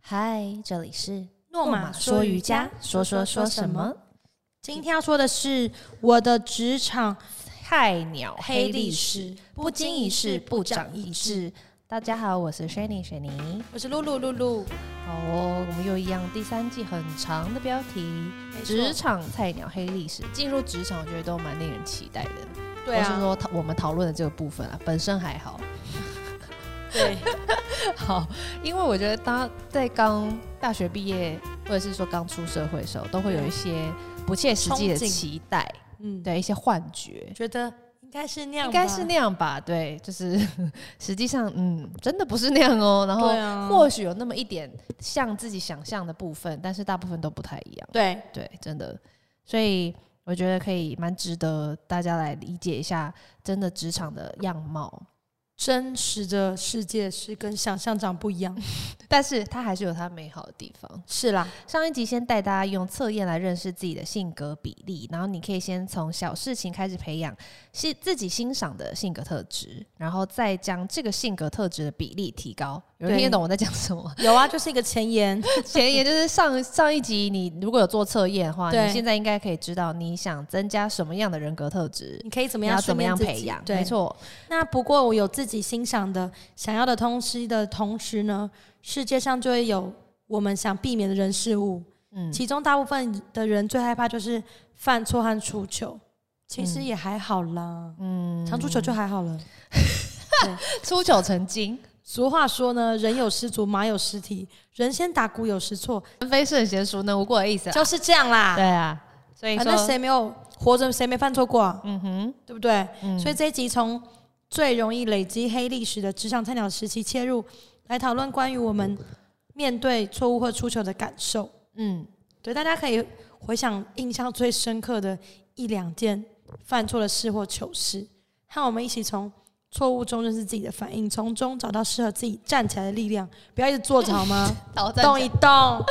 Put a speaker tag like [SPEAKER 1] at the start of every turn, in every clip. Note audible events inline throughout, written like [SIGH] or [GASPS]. [SPEAKER 1] 嗨，这里是
[SPEAKER 2] 诺玛说瑜伽，
[SPEAKER 1] 说说说什么？
[SPEAKER 2] 今天要说的是我的职场菜鸟
[SPEAKER 1] 黑
[SPEAKER 2] 黑
[SPEAKER 1] 历
[SPEAKER 2] 历
[SPEAKER 1] 史
[SPEAKER 2] 史，
[SPEAKER 1] 不
[SPEAKER 2] 不
[SPEAKER 1] 经
[SPEAKER 2] 经
[SPEAKER 1] 一
[SPEAKER 2] 一
[SPEAKER 1] 事
[SPEAKER 2] 事
[SPEAKER 1] 不
[SPEAKER 2] 不
[SPEAKER 1] 长
[SPEAKER 2] 长
[SPEAKER 1] 一
[SPEAKER 2] 一
[SPEAKER 1] 智
[SPEAKER 2] 智。
[SPEAKER 1] 大家好，我是 Shani 水泥。
[SPEAKER 2] 我是露露露露，
[SPEAKER 1] 好哦，我们又一样，第三季很长的标题《
[SPEAKER 2] 没错
[SPEAKER 1] 职场菜鸟黑历史》。进入职场，我觉得都蛮令人期待的。
[SPEAKER 2] 对
[SPEAKER 1] 我是
[SPEAKER 2] 啊，
[SPEAKER 1] 说讨我们讨论的这个部分啊，本身还好。
[SPEAKER 2] [LAUGHS] 对，啊
[SPEAKER 1] 好，因为我觉得当在刚大学毕业，或者是说刚出社会的时候，都会有一些不切实际的
[SPEAKER 2] 憧憬
[SPEAKER 1] 期待，
[SPEAKER 2] 嗯，
[SPEAKER 1] 对一些幻觉，
[SPEAKER 2] 觉得应该是那样吧，
[SPEAKER 1] 应该是那样吧？对，就是 [LAUGHS] 实际上，嗯，真的不是那样哦。然后
[SPEAKER 2] 对啊，
[SPEAKER 1] 或许有那么一点像自己想象的部分，但是大部分都不太一样。
[SPEAKER 2] 对，
[SPEAKER 1] 对，真的，所以我觉得可以蛮值得大家来理解一下，真的职场的样貌。
[SPEAKER 2] 真实的世界是跟想象长不一样，
[SPEAKER 1] 但是它还是有它美好的地方。
[SPEAKER 2] 是啦，
[SPEAKER 1] 上一集先带大家用测验来认识自己的性格比例，然后你可以先从小事情开始培养，是自己欣赏的性格特质，然后再将这个性格特质的比例提高。有人
[SPEAKER 2] 对
[SPEAKER 1] 听得懂我在讲什么
[SPEAKER 2] [LAUGHS]
[SPEAKER 1] 吗？
[SPEAKER 2] [LAUGHS] 有啊，就是一个前言，
[SPEAKER 1] 前言就是上上一集你如果有做测验的话，
[SPEAKER 2] 对
[SPEAKER 1] 你现在应该可以知道你想增加什么样的人格特质，
[SPEAKER 2] 你可以怎么
[SPEAKER 1] 你
[SPEAKER 2] 样
[SPEAKER 1] 要怎么样
[SPEAKER 2] 训练自
[SPEAKER 1] 培
[SPEAKER 2] 己
[SPEAKER 1] 养。
[SPEAKER 2] 对
[SPEAKER 1] 没，错，
[SPEAKER 2] 那不过我有自己欣赏的、想要的东西的同时呢，世界上就会有我们想避免的人事物。
[SPEAKER 1] 嗯，
[SPEAKER 2] 其中大部分的人最害怕就是犯错和出糗，其实也还好啦，
[SPEAKER 1] 嗯
[SPEAKER 2] 常出糗就还好了。
[SPEAKER 1] 出糗成精，
[SPEAKER 2] 俗话说呢，人有失足，马有失蹄，人先打鼓有失错，
[SPEAKER 1] 非圣贤孰能无过的意思啦。
[SPEAKER 2] 就是这样啦
[SPEAKER 1] 对。啊，所以
[SPEAKER 2] 反正
[SPEAKER 1] 说，
[SPEAKER 2] 谁没有活着，谁没犯错过、啊，
[SPEAKER 1] 嗯哼，
[SPEAKER 2] 对不对？
[SPEAKER 1] 嗯
[SPEAKER 2] 所以这一集从最容易累积黑历史的职场菜鸟时期切入，来讨论关于我们面对错误或出糗的感受。
[SPEAKER 1] 嗯，
[SPEAKER 2] 对，大家可以回想印象最深刻的一两件犯错的事或糗事，和我们一起从错误中认识自己的反应，从中找到适合自己站起来的力量。不要一直坐着好
[SPEAKER 1] [LAUGHS]
[SPEAKER 2] 吗？
[SPEAKER 1] 挑战
[SPEAKER 2] 动一动。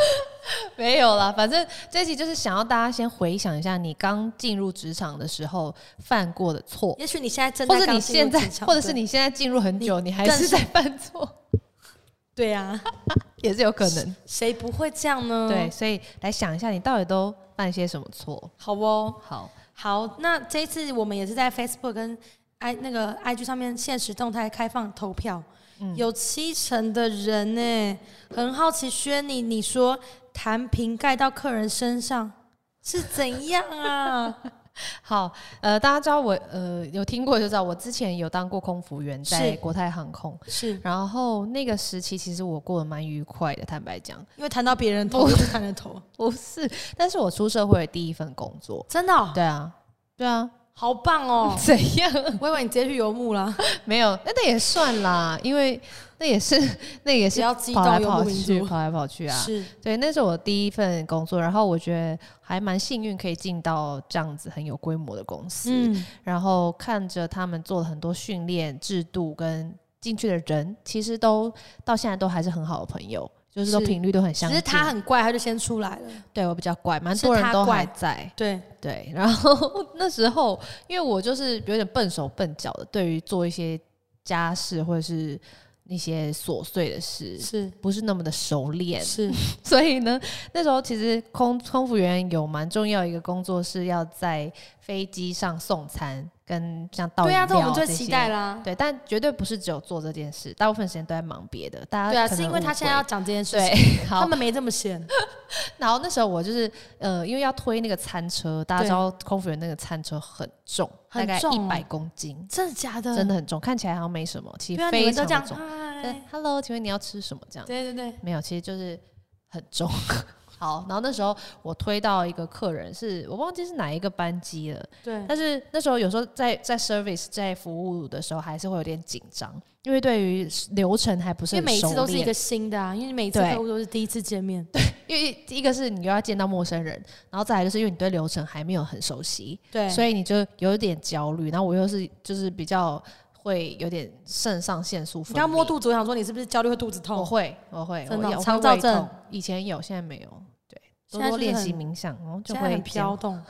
[SPEAKER 1] 没有啦，反正这一集就是想要大家先回想一下你刚进入职场的时候犯过的错，
[SPEAKER 2] 也许你现在正在
[SPEAKER 1] 或者
[SPEAKER 2] 刚
[SPEAKER 1] 你
[SPEAKER 2] 进
[SPEAKER 1] 现
[SPEAKER 2] 入
[SPEAKER 1] 在
[SPEAKER 2] 职，场
[SPEAKER 1] 或者是你现在进入很久，你还是
[SPEAKER 2] 更
[SPEAKER 1] 在犯错，
[SPEAKER 2] 对对啊，
[SPEAKER 1] 也是有可能。
[SPEAKER 2] 谁不会这样呢？
[SPEAKER 1] 对，，所以来想一下，你到底都犯些什么错？
[SPEAKER 2] 好哦。
[SPEAKER 1] 好，
[SPEAKER 2] 好，那这一次我们也是在 Facebook 跟 i 那个 IG 上面现实动态开放投票，
[SPEAKER 1] 嗯
[SPEAKER 2] 有七成的人呢，很好奇轩你你说弹瓶盖到客人身上是怎样
[SPEAKER 1] [LAUGHS]
[SPEAKER 2] 啊？
[SPEAKER 1] 好，呃，大家知道我，呃，有听过就知道，我之前有当过空服员，在
[SPEAKER 2] 是
[SPEAKER 1] 国泰航空，
[SPEAKER 2] 是
[SPEAKER 1] 然后那个时期其实我过得蛮愉快的，坦白
[SPEAKER 2] [LAUGHS]
[SPEAKER 1] 讲，
[SPEAKER 2] 因为弹到别人头就弹了头，
[SPEAKER 1] 不是，但是我出社会的第一份工作，
[SPEAKER 2] 真的哦、
[SPEAKER 1] 对啊，对啊，！
[SPEAKER 2] 好棒哦
[SPEAKER 1] [LAUGHS] 怎样？啊
[SPEAKER 2] 我以为你直接去游牧
[SPEAKER 1] [LAUGHS]
[SPEAKER 2] 了，
[SPEAKER 1] 没有，那那也算啦，因为那也是 [LAUGHS] 那也
[SPEAKER 2] 只
[SPEAKER 1] 是
[SPEAKER 2] 要激
[SPEAKER 1] 跑来
[SPEAKER 2] 动游
[SPEAKER 1] 跑
[SPEAKER 2] 牧民
[SPEAKER 1] 去，
[SPEAKER 2] 族。
[SPEAKER 1] 跑来跑去啊。
[SPEAKER 2] 是，
[SPEAKER 1] 对，那是我第一份工作，然后我觉得还蛮幸运，可以进到这样子很有规模的公司，
[SPEAKER 2] 嗯，
[SPEAKER 1] 然后看着他们做了很多训练制度跟进去的人，其实都到现在都还是很好的朋友，就是都
[SPEAKER 2] 是
[SPEAKER 1] 频率都很相
[SPEAKER 2] 只
[SPEAKER 1] 近。
[SPEAKER 2] 是他很怪，他就先出来了。
[SPEAKER 1] 对我比较怪，蛮
[SPEAKER 2] 是
[SPEAKER 1] 多人
[SPEAKER 2] 他
[SPEAKER 1] 都还
[SPEAKER 2] 怪
[SPEAKER 1] 在。
[SPEAKER 2] 对，
[SPEAKER 1] 对，然后 [LAUGHS] 那时候因为我就是有点笨手笨脚的，对于做一些家事或者是一些琐碎的事，
[SPEAKER 2] 是
[SPEAKER 1] 不是那么的熟练，
[SPEAKER 2] 是，
[SPEAKER 1] [LAUGHS] 所以呢，那时候其实空空服员有蛮重要一个工作是要在飞机上送餐跟像倒饮
[SPEAKER 2] 对啊，
[SPEAKER 1] 料
[SPEAKER 2] 这我们最
[SPEAKER 1] 这
[SPEAKER 2] 期
[SPEAKER 1] 些
[SPEAKER 2] 待。啦。
[SPEAKER 1] 对，但绝对不是只有做这件事，大部分时间都在忙别的。大家
[SPEAKER 2] 对啊，
[SPEAKER 1] 可
[SPEAKER 2] 是
[SPEAKER 1] 能
[SPEAKER 2] 因为他
[SPEAKER 1] 误
[SPEAKER 2] 现在
[SPEAKER 1] 会
[SPEAKER 2] 要讲这件事 [LAUGHS] 情。
[SPEAKER 1] 对，好
[SPEAKER 2] 他，们没这么闲，
[SPEAKER 1] 然后那时候我就是呃，因为要推那个餐车，大家知道空服员那个餐车很重，
[SPEAKER 2] 很
[SPEAKER 1] 大概
[SPEAKER 2] 重
[SPEAKER 1] 一
[SPEAKER 2] 哦
[SPEAKER 1] 百公斤，
[SPEAKER 2] [LAUGHS] 真的假的
[SPEAKER 1] 真的很重，看起来好像没什么，其
[SPEAKER 2] 对
[SPEAKER 1] 实
[SPEAKER 2] 啊，你
[SPEAKER 1] 非
[SPEAKER 2] 们都
[SPEAKER 1] 常
[SPEAKER 2] 这样
[SPEAKER 1] 的重。对
[SPEAKER 2] 嗨，
[SPEAKER 1] ，Hello，请问你要吃什么？这样
[SPEAKER 2] 对对对，
[SPEAKER 1] 没有，其实就是很重。 [LAUGHS] 好，然后那时候我推到一个客人是，我忘记是哪一个班机了，
[SPEAKER 2] 对，
[SPEAKER 1] 但是那时候有时候在在 service 在服务的时候还是会有点紧张，因为对于流程还不是
[SPEAKER 2] 因为
[SPEAKER 1] 很熟
[SPEAKER 2] 每一
[SPEAKER 1] 练。
[SPEAKER 2] 次都是一个新的啊，因为每一次
[SPEAKER 1] 对
[SPEAKER 2] 客户都是第一次见面，
[SPEAKER 1] 因为一个是你又要见到陌生人，然后再来就是因为你对流程还没有很熟悉，
[SPEAKER 2] 对，
[SPEAKER 1] 所以你就有一点焦虑。然后我又是就是比较会有点肾上腺素
[SPEAKER 2] 你
[SPEAKER 1] 分
[SPEAKER 2] 刚刚摸
[SPEAKER 1] 泌，
[SPEAKER 2] 肚子，我想说你是不是焦虑会肚子
[SPEAKER 1] 我
[SPEAKER 2] 痛？
[SPEAKER 1] 会我会
[SPEAKER 2] 真的
[SPEAKER 1] 我有
[SPEAKER 2] 肠燥，
[SPEAKER 1] 我会胃
[SPEAKER 2] 症
[SPEAKER 1] 痛以前有，现在没有。对，
[SPEAKER 2] 现
[SPEAKER 1] 多
[SPEAKER 2] 在
[SPEAKER 1] 多
[SPEAKER 2] 就是
[SPEAKER 1] 练习
[SPEAKER 2] 很
[SPEAKER 1] 冥想，然后就
[SPEAKER 2] 现在
[SPEAKER 1] 会
[SPEAKER 2] 很飘 [LAUGHS] 动，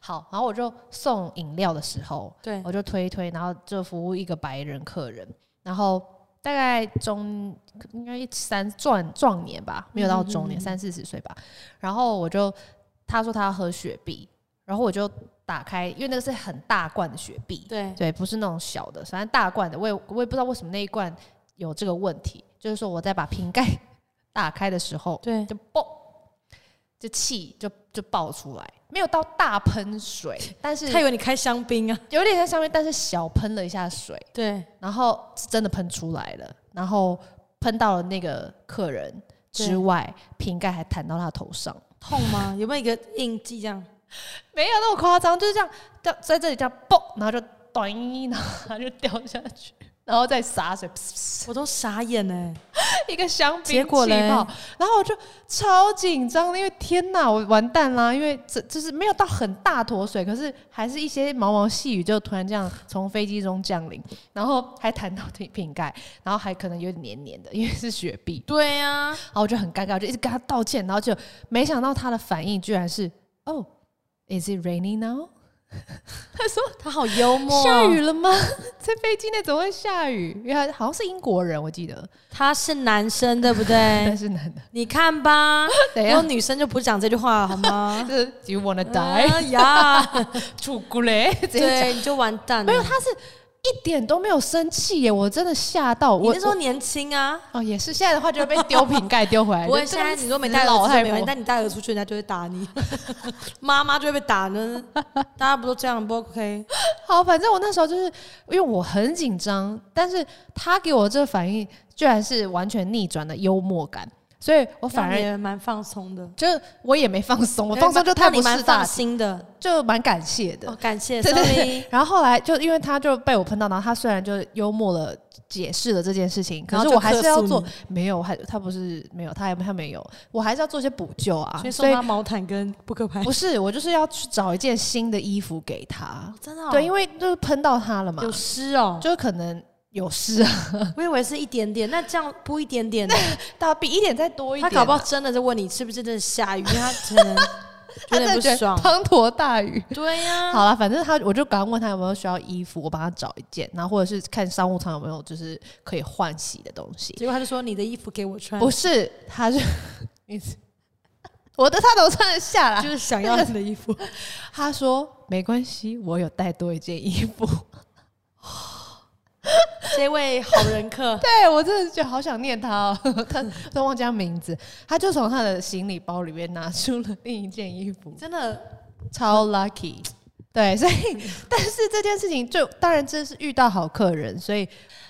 [SPEAKER 1] 好。然后我就送饮料的时候，
[SPEAKER 2] 对，
[SPEAKER 1] 我就推一推，然后就服务一个白人客人，然后大概中应该三壮壮年吧，没有到中年，三四十岁吧。然后我就他说他要喝雪碧，然后我就打开，因为那个是很大罐的雪碧，
[SPEAKER 2] 对，
[SPEAKER 1] 对，不是那种小的，反正大罐的，我也我也不知道为什么那一罐有这个问题，就是说我在把瓶盖 [LAUGHS] 打开的时候，
[SPEAKER 2] 对，
[SPEAKER 1] 就嘣，就气就就爆出来，没有到大喷水，但是
[SPEAKER 2] 他以为你开香槟啊，
[SPEAKER 1] 有点像上面，但是小喷了一下水，
[SPEAKER 2] 对，
[SPEAKER 1] 然后是真的喷出来了，然后喷到了那个客人之外，瓶盖还弹到他头上，
[SPEAKER 2] 痛吗？有没有一个印记这样？
[SPEAKER 1] 没有那么夸张，就是这样，这样在这里这样嘣，然后就短一，然后它就掉下去，然后再洒水，噗噗噗
[SPEAKER 2] 我都傻眼哎、
[SPEAKER 1] [LAUGHS] 一个香槟
[SPEAKER 2] 结果
[SPEAKER 1] 气
[SPEAKER 2] 嘞
[SPEAKER 1] 泡，然后我就超紧张的，因为天哪，我完蛋啦！因为这就是没有到很大坨水，可是还是一些毛毛细雨就突然这样从飞机中降临，然后还弹到瓶瓶盖，然后还可能有点黏黏的，因为是雪碧，
[SPEAKER 2] 对呀、啊，
[SPEAKER 1] 然后我就很尴尬，我就一直跟他道歉，然后就没想到他的反应居然是哦、i s it raining now？
[SPEAKER 2] 他好幽默、哦
[SPEAKER 1] 下雨，了吗？ [LAUGHS] 在飞机内怎么会下雨？ [LAUGHS] 因为他好像是英国人，我记得，
[SPEAKER 2] 他是男生对不
[SPEAKER 1] 但
[SPEAKER 2] [LAUGHS] 对？
[SPEAKER 1] 是男的，
[SPEAKER 2] 你看吧，
[SPEAKER 1] 等一
[SPEAKER 2] 如果 [LAUGHS]
[SPEAKER 1] 下。
[SPEAKER 2] 女生就不讲这句话了好
[SPEAKER 1] [LAUGHS]
[SPEAKER 2] 吗？
[SPEAKER 1] 就是 Do you wanna die？
[SPEAKER 2] 哎呀，
[SPEAKER 1] 出古嘞， [LAUGHS] 直接讲
[SPEAKER 2] 对，你就完蛋了。
[SPEAKER 1] 没有，他是一点都没有生气耶，我真的吓到
[SPEAKER 2] 你
[SPEAKER 1] 我。
[SPEAKER 2] 那时候
[SPEAKER 1] 我
[SPEAKER 2] 年轻啊，
[SPEAKER 1] 哦，也是现在的话就会被丢瓶盖丢回来。
[SPEAKER 2] [LAUGHS] 不会，
[SPEAKER 1] 就
[SPEAKER 2] 现在你说没
[SPEAKER 1] 死
[SPEAKER 2] 带
[SPEAKER 1] 老
[SPEAKER 2] 儿子
[SPEAKER 1] 太
[SPEAKER 2] 没
[SPEAKER 1] 婆
[SPEAKER 2] 关系，但你带儿子出去，人家就会打你， [LAUGHS] 妈妈就会被打呢。
[SPEAKER 1] [LAUGHS]
[SPEAKER 2] 大家不都这样不 OK？
[SPEAKER 1] 好，反正我那时候就是因为我很紧张，但是他给我这个反应居然是完全逆转的幽默感，所以我反
[SPEAKER 2] 反
[SPEAKER 1] 而。
[SPEAKER 2] 而蛮放松的，
[SPEAKER 1] 就是我也没放松，我
[SPEAKER 2] 哎
[SPEAKER 1] 放松就
[SPEAKER 2] 蛮
[SPEAKER 1] 太
[SPEAKER 2] 让你
[SPEAKER 1] 不
[SPEAKER 2] 蛮
[SPEAKER 1] 是大
[SPEAKER 2] 放
[SPEAKER 1] 体，
[SPEAKER 2] 心的。
[SPEAKER 1] 就蛮感谢的
[SPEAKER 2] 哦，。感谢
[SPEAKER 1] 对对
[SPEAKER 2] ，sorry。
[SPEAKER 1] 然后后来就因为他就被我碰到，然后他虽然就幽默了解释了这件事情，可
[SPEAKER 2] 然后
[SPEAKER 1] 是
[SPEAKER 2] 就
[SPEAKER 1] 我还
[SPEAKER 2] 克
[SPEAKER 1] 是要
[SPEAKER 2] 诉
[SPEAKER 1] 做
[SPEAKER 2] 你，
[SPEAKER 1] 没有，还他不是没有，他也他没有，我还是要做一些补救啊
[SPEAKER 2] 所以，
[SPEAKER 1] 所
[SPEAKER 2] 送
[SPEAKER 1] 以
[SPEAKER 2] 他毛毯跟扑克牌，
[SPEAKER 1] 不是我就是要去找一件新的衣服给他，
[SPEAKER 2] 真的哦
[SPEAKER 1] 对，因为就是喷到他了嘛，
[SPEAKER 2] 有湿哦，
[SPEAKER 1] 就是可能有事啊，
[SPEAKER 2] 我以为是一点点，那这样不一
[SPEAKER 1] [LAUGHS]
[SPEAKER 2] 点点的，
[SPEAKER 1] 到比一点再多一
[SPEAKER 2] 他
[SPEAKER 1] 点啊，
[SPEAKER 2] 搞不好真的在问你是不是真的下雨，因为他可
[SPEAKER 1] [LAUGHS]
[SPEAKER 2] 能
[SPEAKER 1] 他真
[SPEAKER 2] 有
[SPEAKER 1] 的
[SPEAKER 2] 点不
[SPEAKER 1] 觉得
[SPEAKER 2] 爽。嗯
[SPEAKER 1] 滂沱大雨。
[SPEAKER 2] [LAUGHS] 对呀，
[SPEAKER 1] 好了，反正他我就赶快问他有没有需要衣服，我帮他找一件，然后或者是看商务舱有没有就是可以换洗的东西。
[SPEAKER 2] 结果他就说你的衣服给我穿，
[SPEAKER 1] 不是，他是你是我的他都穿得下啦
[SPEAKER 2] [LAUGHS] 就。是想要你的衣
[SPEAKER 1] [LAUGHS]
[SPEAKER 2] 服，
[SPEAKER 1] 他说没关系，我有带多一件衣服。
[SPEAKER 2] 这位好人客
[SPEAKER 1] [LAUGHS] 对我真的觉得好想念他哦， [LAUGHS] 他都忘记他名字，他就从他的行李包里面拿出了另一件衣服，
[SPEAKER 2] [LAUGHS] 真的
[SPEAKER 1] 超 lucky。对， [LAUGHS] 所以但是这件事情就当然这是遇到好客人，所以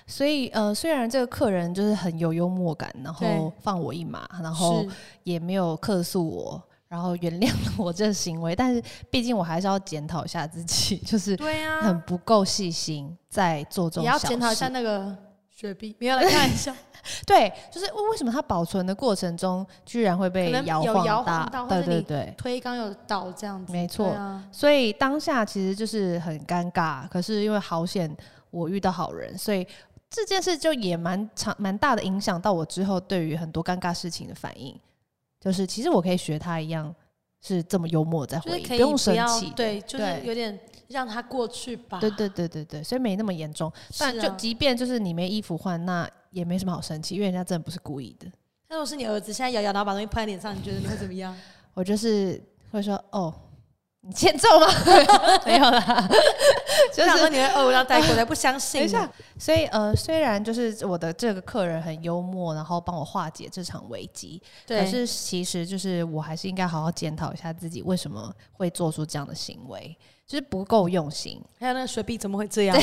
[SPEAKER 1] 所以呃，虽然这个客人就是很有幽默感，然后
[SPEAKER 2] 对
[SPEAKER 1] 放我一马，然后
[SPEAKER 2] 是
[SPEAKER 1] 也没有客诉我，然后原谅了我这个行为，但是毕竟我还是要检讨一下自己， [LAUGHS] 就是
[SPEAKER 2] 对呀、
[SPEAKER 1] 很不够细心在做这
[SPEAKER 2] 也
[SPEAKER 1] 种
[SPEAKER 2] 要
[SPEAKER 1] 小事。
[SPEAKER 2] 检讨一下那个雪碧，没有来看
[SPEAKER 1] [LAUGHS]
[SPEAKER 2] 一下，
[SPEAKER 1] 对，就是为为什么它保存的过程中居然会被
[SPEAKER 2] 可能
[SPEAKER 1] 摇
[SPEAKER 2] 有
[SPEAKER 1] 晃
[SPEAKER 2] 摇
[SPEAKER 1] 大？
[SPEAKER 2] 晃到或
[SPEAKER 1] 对
[SPEAKER 2] 是
[SPEAKER 1] 对
[SPEAKER 2] 你
[SPEAKER 1] 对，
[SPEAKER 2] 推缸有倒这样子，
[SPEAKER 1] 没错
[SPEAKER 2] 对啊，
[SPEAKER 1] 所以当下其实就是很尴尬，可是因为好险我遇到好人，所以。这件事就也蛮长蛮大的影响到我之后对于很多尴尬事情的反应，就是其实我可以学他一样是这么幽默在
[SPEAKER 2] 就
[SPEAKER 1] 回
[SPEAKER 2] 是
[SPEAKER 1] 应，
[SPEAKER 2] 可以
[SPEAKER 1] 用
[SPEAKER 2] 不
[SPEAKER 1] 生
[SPEAKER 2] 要
[SPEAKER 1] 气的，
[SPEAKER 2] 对，就是
[SPEAKER 1] 对
[SPEAKER 2] 有点让它过去吧，
[SPEAKER 1] 对对对对对，所以没那么严重。
[SPEAKER 2] 是啊，
[SPEAKER 1] 但就即便就是你没衣服换，那也没什么好生气，因为人家真的不是故意的。
[SPEAKER 2] 那如果是你儿子现在摇摇，然后把东西拍脸上，你觉得你会怎么样？
[SPEAKER 1] 我就是会说哦，你欠揍吗？ [LAUGHS] 没有啦， [LAUGHS] 就
[SPEAKER 2] 我想说
[SPEAKER 1] 是
[SPEAKER 2] 你会哦，要带过来，不相信。
[SPEAKER 1] [LAUGHS] 等一下，。所以呃，虽然就是我的这个客人很幽默，然后帮我化解这场危机，可
[SPEAKER 2] 对，
[SPEAKER 1] 是其实就是我还是应该好好检讨一下自己为什么会做出这样的行为，就是不够用心。
[SPEAKER 2] 还有那个雪碧怎么会这样？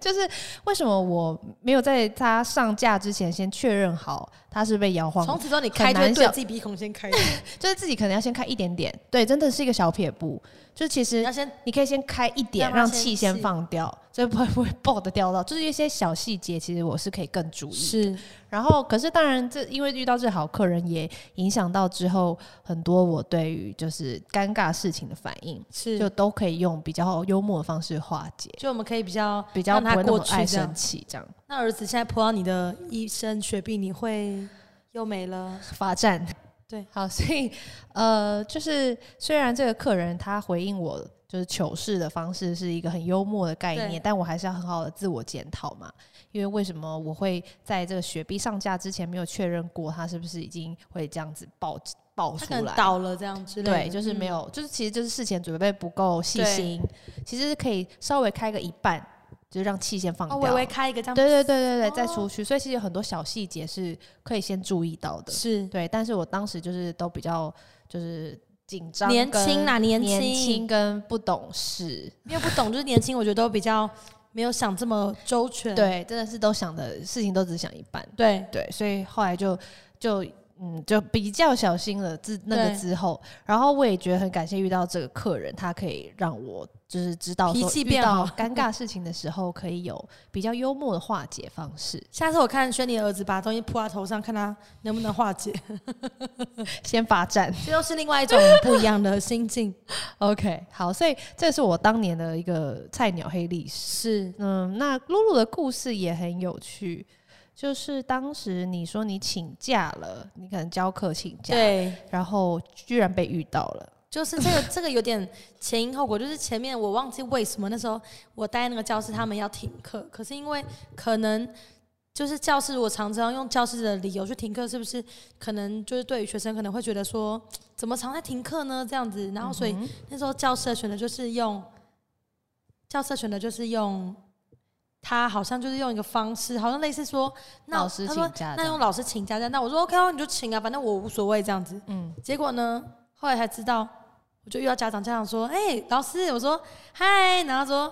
[SPEAKER 1] 就是为什么我没有在他上架之前先确认好他是被摇晃
[SPEAKER 2] 从
[SPEAKER 1] 过，
[SPEAKER 2] 此之后你
[SPEAKER 1] 很
[SPEAKER 2] 开就
[SPEAKER 1] 难
[SPEAKER 2] 会对
[SPEAKER 1] 笑
[SPEAKER 2] 自己鼻孔先开，
[SPEAKER 1] [LAUGHS] 就是自己可能要先开一点点，对，真的是一个小撇步，就是其
[SPEAKER 2] 你
[SPEAKER 1] 实
[SPEAKER 2] 要先
[SPEAKER 1] 你可以先开一点，
[SPEAKER 2] 让它
[SPEAKER 1] 让
[SPEAKER 2] 先
[SPEAKER 1] 气先
[SPEAKER 2] 气
[SPEAKER 1] 放掉，所以不会不会爆的掉到，就是一些小细节，其实我是可以更注意。
[SPEAKER 2] 是
[SPEAKER 1] 然后，可是当然这因为遇到这好客人，也影响到之后很多我对于就是尴尬事情的反应，
[SPEAKER 2] 是，
[SPEAKER 1] 就
[SPEAKER 2] 就
[SPEAKER 1] 都可以用比较幽默的方式化解，
[SPEAKER 2] 就我们可以比较
[SPEAKER 1] 比较
[SPEAKER 2] 嗯让
[SPEAKER 1] 不
[SPEAKER 2] 他
[SPEAKER 1] 会那
[SPEAKER 2] 过
[SPEAKER 1] 么
[SPEAKER 2] 去
[SPEAKER 1] 爱
[SPEAKER 2] 这样
[SPEAKER 1] 生气这样。
[SPEAKER 2] 那儿子现在泼到你的一身雪碧，你会又没了。
[SPEAKER 1] 罚站。
[SPEAKER 2] 对，
[SPEAKER 1] [LAUGHS] 好，所以呃，就是虽然这个客人他回应我就是糗事的方式是一个很幽默的概念
[SPEAKER 2] 对，
[SPEAKER 1] 但我还是要很好的自我检讨嘛。因为为什么我会在这个雪碧上架之前没有确认过它是不是已经会这样子爆爆
[SPEAKER 2] 他
[SPEAKER 1] 出
[SPEAKER 2] 可能
[SPEAKER 1] 来？
[SPEAKER 2] 倒了这样之类的，
[SPEAKER 1] 对，就是没
[SPEAKER 2] 嗯
[SPEAKER 1] 有，就是其实就是事前准备不够细
[SPEAKER 2] 对
[SPEAKER 1] 心，其实可以稍微开个一半，就是让气先放掉。
[SPEAKER 2] 哦，微微开一个这样，
[SPEAKER 1] 对对对对对，再
[SPEAKER 2] 哦
[SPEAKER 1] 出去，所以其实有很多小细节是可以先注意到的。
[SPEAKER 2] 是
[SPEAKER 1] 对，但是我当时就是都比较就是紧张跟，
[SPEAKER 2] 年轻啦，年
[SPEAKER 1] 年
[SPEAKER 2] 轻，
[SPEAKER 1] 跟不懂事，
[SPEAKER 2] 因为不懂就是年轻，我觉得都比较没有想这么周全，
[SPEAKER 1] 对，真的是都想的事情都只想一半，
[SPEAKER 2] 对
[SPEAKER 1] 对，所以后来就就嗯就比较小心了。自那个
[SPEAKER 2] 对
[SPEAKER 1] 之后，然后我也觉得很感谢遇到这个客人，他可以让我就是知道
[SPEAKER 2] 脾
[SPEAKER 1] 说
[SPEAKER 2] 气
[SPEAKER 1] 遇
[SPEAKER 2] 变
[SPEAKER 1] 到
[SPEAKER 2] 好
[SPEAKER 1] 尴尬事情的时候，可以有比较幽默的化解方式，
[SPEAKER 2] 下次我看轩尼的儿子把东西扑他头上，看他能不能化解，
[SPEAKER 1] 先罚
[SPEAKER 2] [LAUGHS]
[SPEAKER 1] 站。
[SPEAKER 2] 这又是另外一种不一样的心境。
[SPEAKER 1] OK，好， [LAUGHS] 所以这是我当年的一个菜鸟黑历史。
[SPEAKER 2] 是，
[SPEAKER 1] 嗯，那露露的故事也很有趣，就是当时你说你请假了，你可能教课请假，，
[SPEAKER 2] 对，
[SPEAKER 1] 然后居然被遇到了，
[SPEAKER 2] 就是这个这个有点前因后果，就是前面我忘记为什么那时候我待那个教室，他们要停课，可是因为可能。就是教室，我常常用教室的理由去停课，是不是？可能就是对于学生可能会觉得说，怎么常在停课呢？这样子，然后所以
[SPEAKER 1] 嗯哼
[SPEAKER 2] 那时候教社选的就是用，教社选的就是用，他好像就是用一个方式，好像类似说，那
[SPEAKER 1] 老师
[SPEAKER 2] 他说
[SPEAKER 1] 请假这
[SPEAKER 2] 那
[SPEAKER 1] 样
[SPEAKER 2] 用老师请假这样，那我说 OK 哦，你就请啊，反正我无所谓这样子。
[SPEAKER 1] 嗯，
[SPEAKER 2] 结果呢，后来才知道，我就遇到家长，家长说，哎、老师，我说嗨，然后说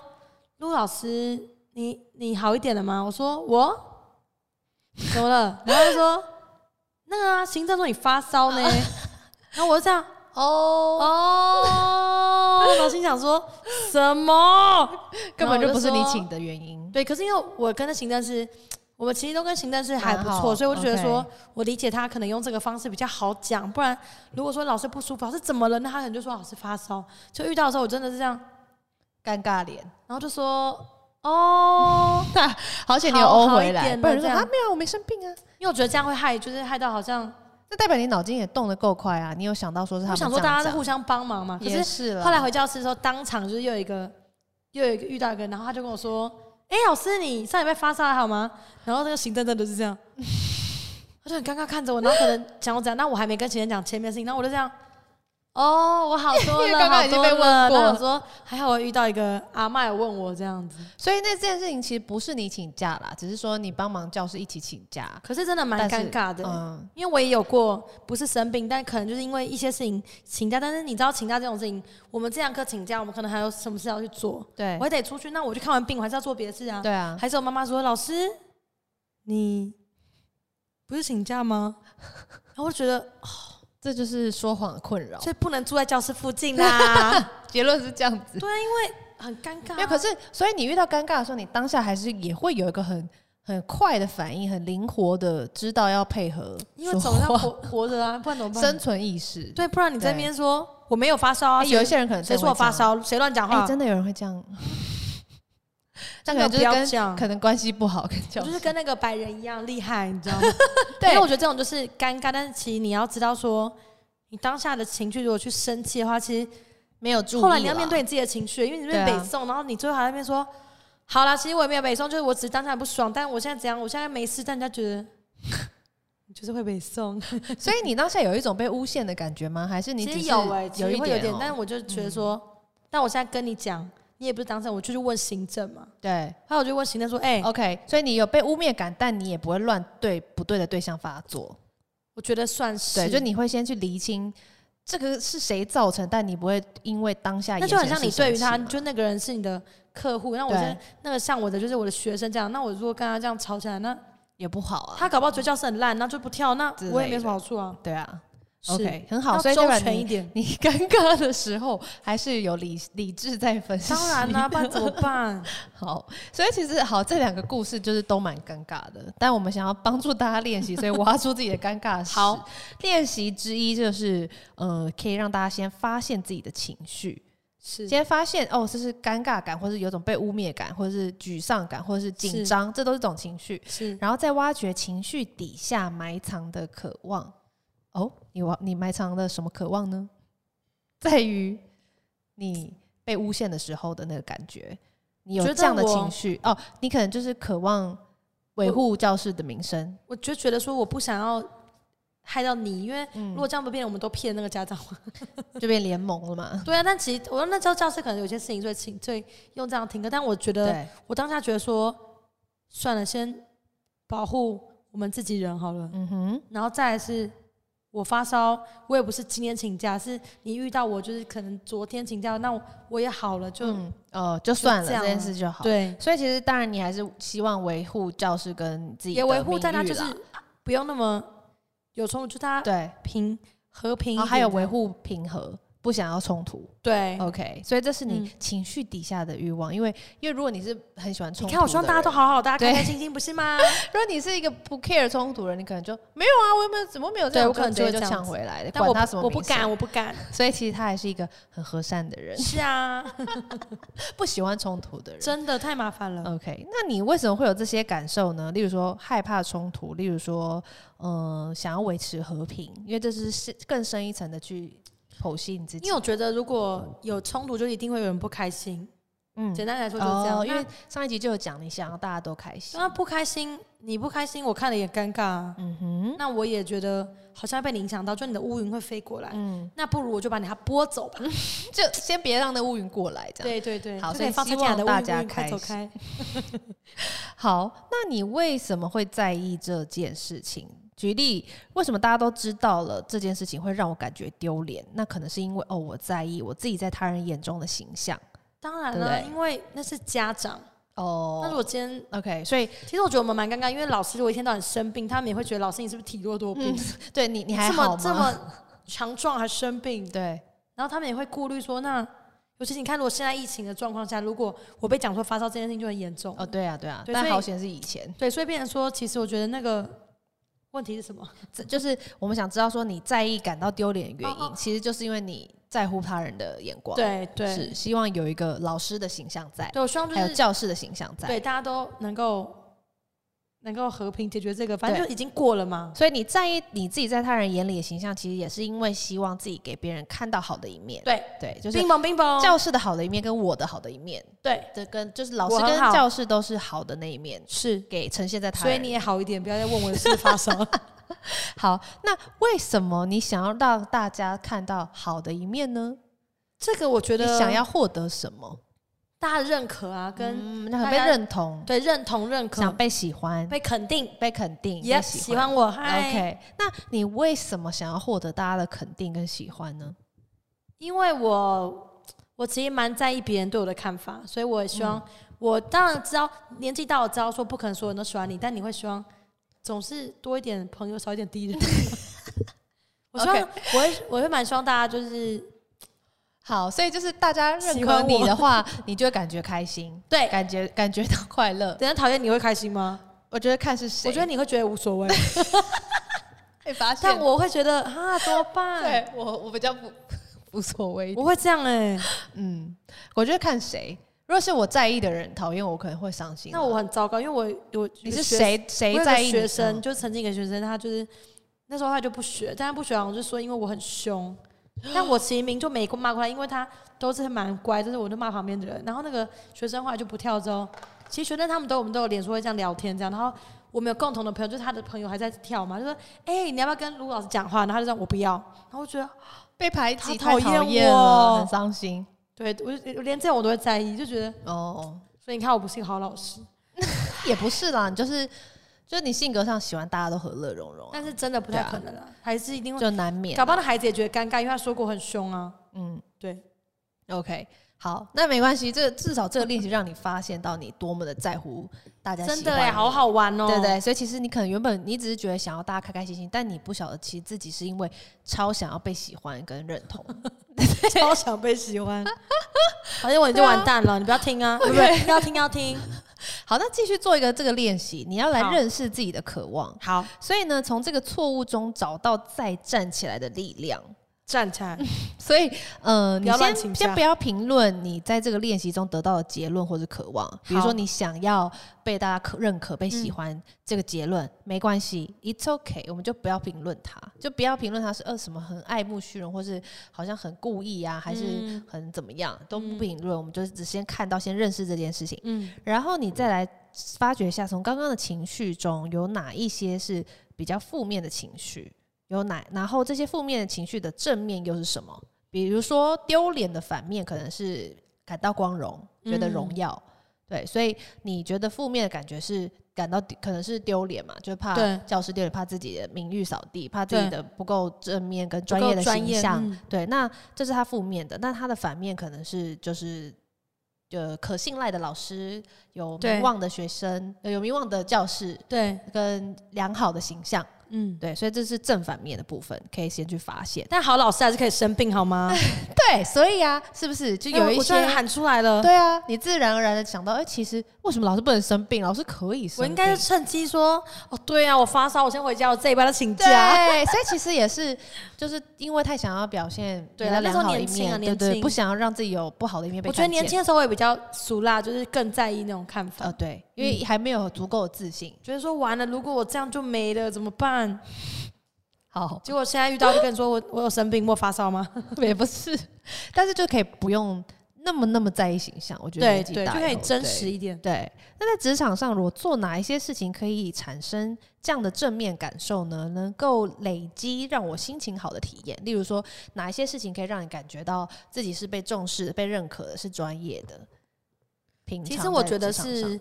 [SPEAKER 2] 陆老师，你你好一点了吗？我说我怎么了？ [LAUGHS] 然后他说那个啊，行政说你发烧呢，然后我就这样。
[SPEAKER 1] 哦，
[SPEAKER 2] 哦，然后心想说什么？
[SPEAKER 1] 根本就不是你
[SPEAKER 2] 然后我就说
[SPEAKER 1] 请的原因，
[SPEAKER 2] 对，可是因为我跟那行政师，我们其实都跟行政师还不
[SPEAKER 1] 蛮
[SPEAKER 2] 错，
[SPEAKER 1] 好
[SPEAKER 2] 所以我就觉得说
[SPEAKER 1] OK
[SPEAKER 2] 我理解他可能用这个方式比较好讲，不然如果说老师不舒服，老师怎么了？那他可能就说老师发烧。就遇到的时候，我真的是这样，
[SPEAKER 1] 尴尬脸，
[SPEAKER 2] 然后就说哦，
[SPEAKER 1] 好险你有
[SPEAKER 2] 好
[SPEAKER 1] 欧
[SPEAKER 2] 好
[SPEAKER 1] 回
[SPEAKER 2] 一
[SPEAKER 1] 来，
[SPEAKER 2] 点
[SPEAKER 1] 不然
[SPEAKER 2] 了
[SPEAKER 1] 就说
[SPEAKER 2] 这样
[SPEAKER 1] 啊没有，我没生病啊，
[SPEAKER 2] 因为我觉得这样会害，就是害到好像
[SPEAKER 1] 那代表你脑筋也动得够快啊，你有想到说是他们
[SPEAKER 2] 我想说大家在
[SPEAKER 1] 在
[SPEAKER 2] 互相帮忙嘛，可
[SPEAKER 1] 也
[SPEAKER 2] 是
[SPEAKER 1] 是了，
[SPEAKER 2] 后来回教室的时候，当场就是又有一个又有一个遇到一个，然后他就跟我说：“哎、老师，你上礼拜发烧还好吗？”然后那个行政真的是这样，他就很尴尬看着我，然后可能讲我讲，那我还没跟行政讲前面的事情，然后我就这样。哦，我好多
[SPEAKER 1] [LAUGHS] 因为
[SPEAKER 2] 了，
[SPEAKER 1] 刚刚
[SPEAKER 2] 好
[SPEAKER 1] 已经
[SPEAKER 2] 多
[SPEAKER 1] 被问
[SPEAKER 2] 了。
[SPEAKER 1] 过
[SPEAKER 2] 然后
[SPEAKER 1] 了
[SPEAKER 2] 我说还好，我遇到一个阿麦问我这样子，
[SPEAKER 1] 所以那这件事情其实不是你请假啦，只是说你帮忙教室一起请假，
[SPEAKER 2] 可是真的蛮
[SPEAKER 1] 但
[SPEAKER 2] 尴
[SPEAKER 1] 是
[SPEAKER 2] 尬的。
[SPEAKER 1] 嗯。
[SPEAKER 2] 因为我也有过，不是生病，但可能就是因为一些事情请假。但是你知道请假这种事情，我们这堂课请假，我们可能还有什么事要去做，
[SPEAKER 1] 对
[SPEAKER 2] 我，还得出去。那我去看完病，我还是要做别的事啊。
[SPEAKER 1] 对啊，
[SPEAKER 2] 还是我妈妈说：“老师，你不是请假吗？” [LAUGHS] 哦然后我就觉得，
[SPEAKER 1] 这就是说谎的困扰。
[SPEAKER 2] 所以不能住在教室附近啦， [LAUGHS]
[SPEAKER 1] 结论是这样子，
[SPEAKER 2] 对啊，因为很尴尬啊。
[SPEAKER 1] 没有。可是，所以你遇到尴尬的时候，你当下还是也会有一个很很快的反应，很灵活的知道要配合说话，
[SPEAKER 2] 因为总要活活着啊，不然怎么办？
[SPEAKER 1] 生存意识。
[SPEAKER 2] 对，不然你在那边说我没有发烧啊，
[SPEAKER 1] 哎有一
[SPEAKER 2] 谁
[SPEAKER 1] 些人可能真
[SPEAKER 2] 谁
[SPEAKER 1] 的
[SPEAKER 2] 说我
[SPEAKER 1] 会这
[SPEAKER 2] 发
[SPEAKER 1] 样？
[SPEAKER 2] 烧，谁乱讲
[SPEAKER 1] 哎、
[SPEAKER 2] 话，
[SPEAKER 1] 真的有人会这
[SPEAKER 2] [LAUGHS]
[SPEAKER 1] 样，那
[SPEAKER 2] 真
[SPEAKER 1] 可
[SPEAKER 2] 的
[SPEAKER 1] 能
[SPEAKER 2] 不
[SPEAKER 1] 就是
[SPEAKER 2] 要
[SPEAKER 1] 跟
[SPEAKER 2] 这样。
[SPEAKER 1] 可能关系不好，跟教
[SPEAKER 2] 我就
[SPEAKER 1] 授
[SPEAKER 2] 是跟那个白人一样厉害，你知 [LAUGHS] 道吗？因
[SPEAKER 1] 对
[SPEAKER 2] 为我觉得这种就是尴尬，但是其实你要知道说，你当下的情绪如果去生气的话，其实
[SPEAKER 1] 没有注意。
[SPEAKER 2] 后来你要面对，你自己的情绪，因为你
[SPEAKER 1] 对
[SPEAKER 2] 被
[SPEAKER 1] 啊
[SPEAKER 2] 北宋，然后你最后还在那边说，好啦，其实我也没有北宋，就是我只是当下不爽，但我现在怎样，我现在没事，但人家觉得 [LAUGHS] 你就是会北宋。
[SPEAKER 1] 所以你当下有一种被诬陷的感觉吗？还是你
[SPEAKER 2] 其 [LAUGHS]
[SPEAKER 1] 只
[SPEAKER 2] 实
[SPEAKER 1] 是
[SPEAKER 2] 有哎、其
[SPEAKER 1] 有
[SPEAKER 2] 实
[SPEAKER 1] 一
[SPEAKER 2] 会有
[SPEAKER 1] 点
[SPEAKER 2] 点，
[SPEAKER 1] 哦、嗯
[SPEAKER 2] 但我就觉得说，但我现在跟你讲，你也不是当事人，我就去问行政嘛。
[SPEAKER 1] 对。
[SPEAKER 2] 后来我就问行政说，哎、
[SPEAKER 1] OK，所以你有被污蔑感，但你也不会乱对不对的对象发作。
[SPEAKER 2] 我觉得算是，
[SPEAKER 1] 对，就你会先去厘清这个是谁造成，但你不会因为当下
[SPEAKER 2] 那
[SPEAKER 1] 眼
[SPEAKER 2] 就很
[SPEAKER 1] 前
[SPEAKER 2] 像
[SPEAKER 1] 是
[SPEAKER 2] 你
[SPEAKER 1] 什么
[SPEAKER 2] 对于
[SPEAKER 1] 事
[SPEAKER 2] 他，
[SPEAKER 1] 嘛
[SPEAKER 2] 就那个人是你的客户，那我
[SPEAKER 1] 对
[SPEAKER 2] 现在那个像我的就是我的学生这样，那我如果跟他这样吵起来，那
[SPEAKER 1] 也不好啊。
[SPEAKER 2] 他搞不好觉得教室很烂，那就不跳，那
[SPEAKER 1] 之
[SPEAKER 2] 我也
[SPEAKER 1] 类
[SPEAKER 2] 没什
[SPEAKER 1] 的
[SPEAKER 2] 么好处啊。
[SPEAKER 1] 对啊
[SPEAKER 2] 是
[SPEAKER 1] ，OK，很
[SPEAKER 2] 要
[SPEAKER 1] 好，所以
[SPEAKER 2] 周
[SPEAKER 1] 代表
[SPEAKER 2] 全一
[SPEAKER 1] 你
[SPEAKER 2] 点。
[SPEAKER 1] [LAUGHS] 你尴尬的时候还是有理理智在分析。
[SPEAKER 2] 当然啦、 [LAUGHS] 不然怎么办？
[SPEAKER 1] [LAUGHS] 好，所以其实好，这两个故事就是都蛮尴尬的，但我们想要帮助大家练习，所以挖出自己的尴尬史。
[SPEAKER 2] 好，
[SPEAKER 1] 练习之一就是呃，可以让大家先发现自己的情绪。
[SPEAKER 2] 是
[SPEAKER 1] 先发现哦，这是尴尬感，或是有种被污蔑感，或者是沮丧感，或者是紧
[SPEAKER 2] 是
[SPEAKER 1] 张，这都是种情绪。
[SPEAKER 2] 是，
[SPEAKER 1] 然后再挖掘情绪底下埋藏的渴望。 [LAUGHS] 哦，你挖你埋藏了什么渴望呢？在于你被诬陷的时候的那个感觉，你有
[SPEAKER 2] 觉得
[SPEAKER 1] 这样的
[SPEAKER 2] 我
[SPEAKER 1] 情绪哦，你可能就是渴望维护教室的名声，
[SPEAKER 2] 我就觉得说我不想要害到你，因为
[SPEAKER 1] 嗯
[SPEAKER 2] 如果这样不变，我们都骗那个家长嘛。
[SPEAKER 1] 就变联盟了嘛。
[SPEAKER 2] 对啊，但其实我那时候教室可能有些事情最请最用这样停课，但我觉得
[SPEAKER 1] 对，
[SPEAKER 2] 我当下觉得说，算了，先保护我们自己人好了，
[SPEAKER 1] 嗯哼，
[SPEAKER 2] 然后再来是。我发烧，我也不是今天请假，是你遇到我，就是可能昨天请假，那我我也好了，就、
[SPEAKER 1] 嗯，哦，就算了，
[SPEAKER 2] 这
[SPEAKER 1] 这
[SPEAKER 2] 样啊
[SPEAKER 1] 件
[SPEAKER 2] 了
[SPEAKER 1] 事就好。，
[SPEAKER 2] 对，
[SPEAKER 1] 所以其实当然你还是希望维护教室跟你自己
[SPEAKER 2] 也
[SPEAKER 1] 的
[SPEAKER 2] 维护，
[SPEAKER 1] 名
[SPEAKER 2] 但他
[SPEAKER 1] 誉
[SPEAKER 2] 就是
[SPEAKER 1] 啦
[SPEAKER 2] 不用那么有冲突，就大家
[SPEAKER 1] 对，
[SPEAKER 2] 平和平一
[SPEAKER 1] 然
[SPEAKER 2] 点的、
[SPEAKER 1] 后还有维护平和，不想要冲突。
[SPEAKER 2] 对，
[SPEAKER 1] OK，所以这是你
[SPEAKER 2] 嗯
[SPEAKER 1] 情绪底下的欲望，因为因为如果你是很喜欢冲
[SPEAKER 2] 你
[SPEAKER 1] 突，
[SPEAKER 2] 看我希望大家都。好好，大家
[SPEAKER 1] 对
[SPEAKER 2] 开开心心，不是吗？
[SPEAKER 1] 如果你是一个不 care 冲突的人，你可能就没有啊，我有没有怎么没有这
[SPEAKER 2] 对
[SPEAKER 1] 样，
[SPEAKER 2] 我可能
[SPEAKER 1] 就直接
[SPEAKER 2] 就会
[SPEAKER 1] 就
[SPEAKER 2] 这样
[SPEAKER 1] 抢
[SPEAKER 2] 子
[SPEAKER 1] 回来的，
[SPEAKER 2] 但我
[SPEAKER 1] 管他什么，
[SPEAKER 2] 我不敢，。我不
[SPEAKER 1] [LAUGHS]
[SPEAKER 2] 敢。
[SPEAKER 1] 所以其实他还是一个很和善的
[SPEAKER 2] [LAUGHS]
[SPEAKER 1] 人，
[SPEAKER 2] 是啊，
[SPEAKER 1] 不喜欢冲突的人。
[SPEAKER 2] 真的太麻烦了。
[SPEAKER 1] OK，那你为什么会有这些感受呢？例如说害怕冲突，例如说，呃，想要维持和平，因为这是是更深一层的去剖析你自己。
[SPEAKER 2] 因为我觉得如果有冲突，就一定会有人不开心。
[SPEAKER 1] 嗯
[SPEAKER 2] 简单来说就是这样。
[SPEAKER 1] 因为上一集就有讲，你想要大家都开心。
[SPEAKER 2] 那不开心，你不开心，我看了也尴尬啊。
[SPEAKER 1] 嗯哼，
[SPEAKER 2] 那我也觉得好像被你影响到，就你的乌云会飞过来。
[SPEAKER 1] 嗯，
[SPEAKER 2] 那不如我就把你它拨走吧。
[SPEAKER 1] 就先别让那乌云过来，这样。
[SPEAKER 2] 对对对，
[SPEAKER 1] 好
[SPEAKER 2] 就
[SPEAKER 1] 所以
[SPEAKER 2] 可放
[SPEAKER 1] 希
[SPEAKER 2] 下你
[SPEAKER 1] 望
[SPEAKER 2] 的乌
[SPEAKER 1] 大
[SPEAKER 2] 云
[SPEAKER 1] 家
[SPEAKER 2] 乌云快
[SPEAKER 1] 开
[SPEAKER 2] 走
[SPEAKER 1] 心
[SPEAKER 2] 开。
[SPEAKER 1] 好，那你为什么会在意这件事情？举例，为什么大家都知道了这件事情会让我感觉丢脸？那可能是因为哦，我在意我自己在他人眼中的形象。
[SPEAKER 2] 当然
[SPEAKER 1] 对不
[SPEAKER 2] 了，
[SPEAKER 1] 对
[SPEAKER 2] 因为那是家长。
[SPEAKER 1] 哦
[SPEAKER 2] 那如果今天，
[SPEAKER 1] OK，所以
[SPEAKER 2] 其实我觉得我们蛮尴尬，因为老师如果一天到晚生病，他们也会觉得老师你是不是体弱多病？
[SPEAKER 1] 对嗯你你还
[SPEAKER 2] 这
[SPEAKER 1] 好
[SPEAKER 2] 么
[SPEAKER 1] 吗？
[SPEAKER 2] 这么强壮还生病，
[SPEAKER 1] 对，
[SPEAKER 2] 然后他们也会顾虑说，那尤其你看，如果现在疫情的状况下，如果我被讲说发烧这件事情就很严重，
[SPEAKER 1] 哦对啊对啊，
[SPEAKER 2] 对
[SPEAKER 1] 但
[SPEAKER 2] 所以
[SPEAKER 1] 好险是以前，
[SPEAKER 2] 对，所以变成说，其实我觉得那个问题是什么？
[SPEAKER 1] 这就是我们想知道说你在意感到丢脸的原因，
[SPEAKER 2] 哦哦
[SPEAKER 1] 其实就是因为你在乎他人的眼光，，
[SPEAKER 2] 对对
[SPEAKER 1] 是希望有一个老师的形象在，
[SPEAKER 2] 对，我希望就
[SPEAKER 1] 还有
[SPEAKER 2] 是
[SPEAKER 1] 教室的形象在，
[SPEAKER 2] 对大家都能够能够和平解决这个，反正
[SPEAKER 1] 对
[SPEAKER 2] 就已经过了嘛。
[SPEAKER 1] 所以你在意你自己在他人眼里的形象，其实也是因为希望自己给别人看到好的一面，
[SPEAKER 2] 对，
[SPEAKER 1] 对，就是
[SPEAKER 2] 冰崩冰崩，
[SPEAKER 1] 教室的好的一面跟我的好的一面，
[SPEAKER 2] 对
[SPEAKER 1] 这跟就是老师
[SPEAKER 2] 我很
[SPEAKER 1] 跟
[SPEAKER 2] 好
[SPEAKER 1] 教室都是好的那一面，
[SPEAKER 2] 是，
[SPEAKER 1] 给呈现在他
[SPEAKER 2] 所
[SPEAKER 1] 人。
[SPEAKER 2] 以你也好一点，不要再问我是不是
[SPEAKER 1] [LAUGHS]
[SPEAKER 2] 发烧。
[SPEAKER 1] 好，那为什么你想要让大家看到好的一面呢？
[SPEAKER 2] 这个我觉
[SPEAKER 1] 你
[SPEAKER 2] 得
[SPEAKER 1] 想要获得什么？
[SPEAKER 2] 大家认可啊，跟、
[SPEAKER 1] 嗯，那很
[SPEAKER 2] 大
[SPEAKER 1] 被
[SPEAKER 2] 家
[SPEAKER 1] 认同，
[SPEAKER 2] 对认同认可
[SPEAKER 1] 想被喜欢，
[SPEAKER 2] 被肯定，
[SPEAKER 1] 被肯定，
[SPEAKER 2] 也
[SPEAKER 1] 被
[SPEAKER 2] 喜
[SPEAKER 1] 喜
[SPEAKER 2] 欢
[SPEAKER 1] 欢。
[SPEAKER 2] 我，哎嗨
[SPEAKER 1] OK，那你为什么想要获得大家的肯定跟喜欢呢？
[SPEAKER 2] 因为我我其实蛮在意别人对我的看法，所以我希
[SPEAKER 1] 嗯
[SPEAKER 2] 望、我当然知道年纪大，我知道说不可能所有人都喜欢你，但你会希望总是多一点朋友，少一点敌
[SPEAKER 1] [LAUGHS]
[SPEAKER 2] 人。我希望
[SPEAKER 1] OK
[SPEAKER 2] 我会我会蛮希望大家就是
[SPEAKER 1] 好，所以就是大家认
[SPEAKER 2] 喜
[SPEAKER 1] 可
[SPEAKER 2] 欢
[SPEAKER 1] 你
[SPEAKER 2] 我
[SPEAKER 1] 的话，你就会感觉开心，
[SPEAKER 2] 对，
[SPEAKER 1] 感觉感觉到快乐。
[SPEAKER 2] 等人讨厌你会开心吗？
[SPEAKER 1] 我觉得看是谁，
[SPEAKER 2] 我觉得你会觉得无
[SPEAKER 1] [LAUGHS]
[SPEAKER 2] 所谓，
[SPEAKER 1] 会发现
[SPEAKER 2] 但我会觉得啊怎么办？
[SPEAKER 1] 对我我比较不无所谓一点。
[SPEAKER 2] 我会这样哎、
[SPEAKER 1] 嗯，我觉得看谁。如果是我在意的人讨厌我，可能会伤心啊。
[SPEAKER 2] 那我很糟糕，因为我我
[SPEAKER 1] 你是谁谁
[SPEAKER 2] 我有
[SPEAKER 1] 在
[SPEAKER 2] 个
[SPEAKER 1] 意你
[SPEAKER 2] 学生
[SPEAKER 1] 嗯
[SPEAKER 2] 就曾经一个学生，他就是那时候他就不学，但他不学好像就说因为我很凶，但我其实明就没骂过他，因为他都是蛮乖，就是我就骂旁边的人。然后那个学生后来就不跳之后，其实学生他们都我们都有脸书会这样聊天这样，然后我们有共同的朋友，就是他的朋友还在跳嘛，就说哎、你要不要跟卢老师讲话？然后他就说我不要，然后我觉得
[SPEAKER 1] 被排挤，
[SPEAKER 2] 他讨
[SPEAKER 1] 太讨
[SPEAKER 2] 厌
[SPEAKER 1] 厌了，
[SPEAKER 2] 我
[SPEAKER 1] 很伤心。
[SPEAKER 2] 对我就我连这样我都会在意，就觉得
[SPEAKER 1] 哦，
[SPEAKER 2] 所以你看我不是一个好老师，
[SPEAKER 1] 也不是啦，你就是就是你性格上喜欢大家都和乐融融啊、
[SPEAKER 2] 但是真的不太
[SPEAKER 1] 对啊
[SPEAKER 2] 可能了，还是一定会。
[SPEAKER 1] 就难免
[SPEAKER 2] 搞。不好那孩子也觉得尴尬，因为他说过我很凶啊。
[SPEAKER 1] 嗯
[SPEAKER 2] 对，
[SPEAKER 1] ，OK，好，那没关系，这至少这个练习让你发现到你多么的在乎大家喜欢
[SPEAKER 2] 真的哎，
[SPEAKER 1] 你
[SPEAKER 2] 好。好玩哦。
[SPEAKER 1] 对对，所以其实你可能原本你只是觉得想要大家开开心心，但你不晓得其实自己是因为超想要被喜欢跟认
[SPEAKER 2] [LAUGHS]
[SPEAKER 1] 同，
[SPEAKER 2] 超想被喜 [LAUGHS] 欢。反正我你就完蛋了，你不要听 [LAUGHS] 啊，对不对？要听要听。
[SPEAKER 1] 好，那继续做一个这个练习，你要来
[SPEAKER 2] 好
[SPEAKER 1] 认识自己的渴望。
[SPEAKER 2] 好，
[SPEAKER 1] 所以呢，从这个错误中找到再站起来的力量。
[SPEAKER 2] 站起来，
[SPEAKER 1] [LAUGHS] 所以，呃，
[SPEAKER 2] 不
[SPEAKER 1] 你
[SPEAKER 2] 要乱
[SPEAKER 1] 先
[SPEAKER 2] 请
[SPEAKER 1] 先
[SPEAKER 2] 假
[SPEAKER 1] 不要评论你在这个练习中得到的结论或者渴望，比如
[SPEAKER 2] 好
[SPEAKER 1] 说你想要被大家可认可、被喜欢这个结
[SPEAKER 2] 嗯
[SPEAKER 1] 论，没关系，it's okay，我们就不要评论它，就不要评论它是呃什么很爱慕虚荣，或是好像很故意啊，还是
[SPEAKER 2] 嗯
[SPEAKER 1] 很怎么样，都不评论，我们就只先看到、先认识这件事情，
[SPEAKER 2] 嗯，
[SPEAKER 1] 然后你再来发掘一下，从刚刚的情绪中有哪一些是比较负面的情绪，有哪，然后这些负面的情绪的正面又是什么？比如说丢脸的反面可能是感到光荣，觉得荣耀，
[SPEAKER 2] 嗯
[SPEAKER 1] 对，所以你觉得负面的感觉是感到可能是丢脸嘛，就是怕
[SPEAKER 2] 对
[SPEAKER 1] 教师丢脸，怕自己的名誉扫地，怕自己
[SPEAKER 2] 对
[SPEAKER 1] 的不够正面跟
[SPEAKER 2] 不
[SPEAKER 1] 专
[SPEAKER 2] 够
[SPEAKER 1] 业的
[SPEAKER 2] 专
[SPEAKER 1] 形
[SPEAKER 2] 业
[SPEAKER 1] 象，
[SPEAKER 2] 嗯
[SPEAKER 1] 对，那这是他负面的，那他的反面可能是就是。呃，可信赖的老师，有
[SPEAKER 2] 对
[SPEAKER 1] 名望的学生，呃有名望的教室，
[SPEAKER 2] 对，
[SPEAKER 1] 跟良好的形象，
[SPEAKER 2] 嗯，
[SPEAKER 1] 对，所以这是正反面的部分，可以先去发现。
[SPEAKER 2] 但好老师还是可以生病好 [LAUGHS] 吗？
[SPEAKER 1] 对，所以啊，是不是就有
[SPEAKER 2] 哎
[SPEAKER 1] 一
[SPEAKER 2] 我
[SPEAKER 1] 些、
[SPEAKER 2] 突然喊出来了，
[SPEAKER 1] 对啊，你自然而然的想到，哎、其实为什么老师不能生病？老师可以生病，
[SPEAKER 2] 我应该是趁机说，哦，对啊，我发烧，我先回家，我这一班要请假。
[SPEAKER 1] 对，所以其实也是，就是因为太想要表现
[SPEAKER 2] 对
[SPEAKER 1] 比较良好的一
[SPEAKER 2] 那时候年轻
[SPEAKER 1] 面，
[SPEAKER 2] 啊
[SPEAKER 1] 对
[SPEAKER 2] 年
[SPEAKER 1] 对，
[SPEAKER 2] 轻
[SPEAKER 1] 不想要让自己有不好的一面被
[SPEAKER 2] 我觉得
[SPEAKER 1] 看见
[SPEAKER 2] 年轻的时候我也比较俗辣，就是更在意那种看法
[SPEAKER 1] 呃，，对，因
[SPEAKER 2] 嗯
[SPEAKER 1] 为还没有足够的自信。
[SPEAKER 2] 觉得说完了，如果我这样就没了怎么办？ [LAUGHS]
[SPEAKER 1] 好，
[SPEAKER 2] 结果现在遇到就跟你说我我有生病，我有发烧吗？
[SPEAKER 1] 也不是，但是就可以不用那么那么在意形象。我觉得
[SPEAKER 2] 对
[SPEAKER 1] 年纪
[SPEAKER 2] 对，就
[SPEAKER 1] 大以
[SPEAKER 2] 可以
[SPEAKER 1] 后
[SPEAKER 2] 真
[SPEAKER 1] 对
[SPEAKER 2] 实一点。
[SPEAKER 1] 对，那在职场上，如果做哪一些事情可以产生这样的正面感受呢？能够累积让我心情好的体验，例如说哪一些事情可以让你感觉到自己是被重视的、被认可的、是专业的？平
[SPEAKER 2] 其
[SPEAKER 1] 常
[SPEAKER 2] 实我
[SPEAKER 1] 在
[SPEAKER 2] 觉得
[SPEAKER 1] 职场上嗯
[SPEAKER 2] 是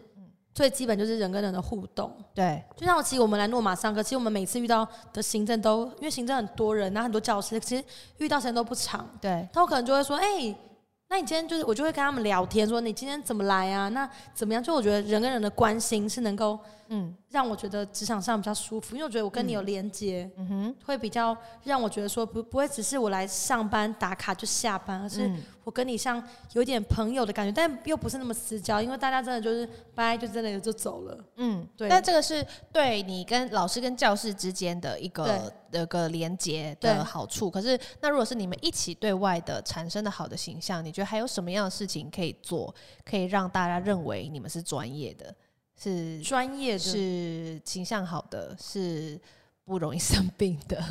[SPEAKER 2] 最基本就是人跟人的互动。
[SPEAKER 1] 对
[SPEAKER 2] 就像其实我们来诺马上课，其实我们每次遇到的行政都，因为行政很多人，然后很多教师，其实遇到时间都不长。
[SPEAKER 1] 对
[SPEAKER 2] 他们可能就会说：“哎、那你今天就是我就会跟他们聊天，说你今天怎么来啊？那怎么样？”就我觉得人跟人的关心是能够
[SPEAKER 1] 嗯
[SPEAKER 2] 让我觉得职场上比较舒服，因为我觉得我跟你有连接，
[SPEAKER 1] 嗯哼
[SPEAKER 2] 会比较让我觉得说不不会只是我来上班打卡就下班，而是
[SPEAKER 1] 嗯
[SPEAKER 2] 我跟你像有点朋友的感觉，但又不是那么私交，因为大家真的就是拜就真的就走了。
[SPEAKER 1] 嗯，
[SPEAKER 2] 对
[SPEAKER 1] 但这个是对你跟老师跟教室之间的一个的个连接的
[SPEAKER 2] 对
[SPEAKER 1] 好处。可是，那如果是你们一起对外的产生的好的形象，你觉得还有什么样的事情可以做，可以让大家认为你们是专业的，是
[SPEAKER 2] 专业的
[SPEAKER 1] 是形象好的，是不容易生病
[SPEAKER 2] [LAUGHS]
[SPEAKER 1] 的？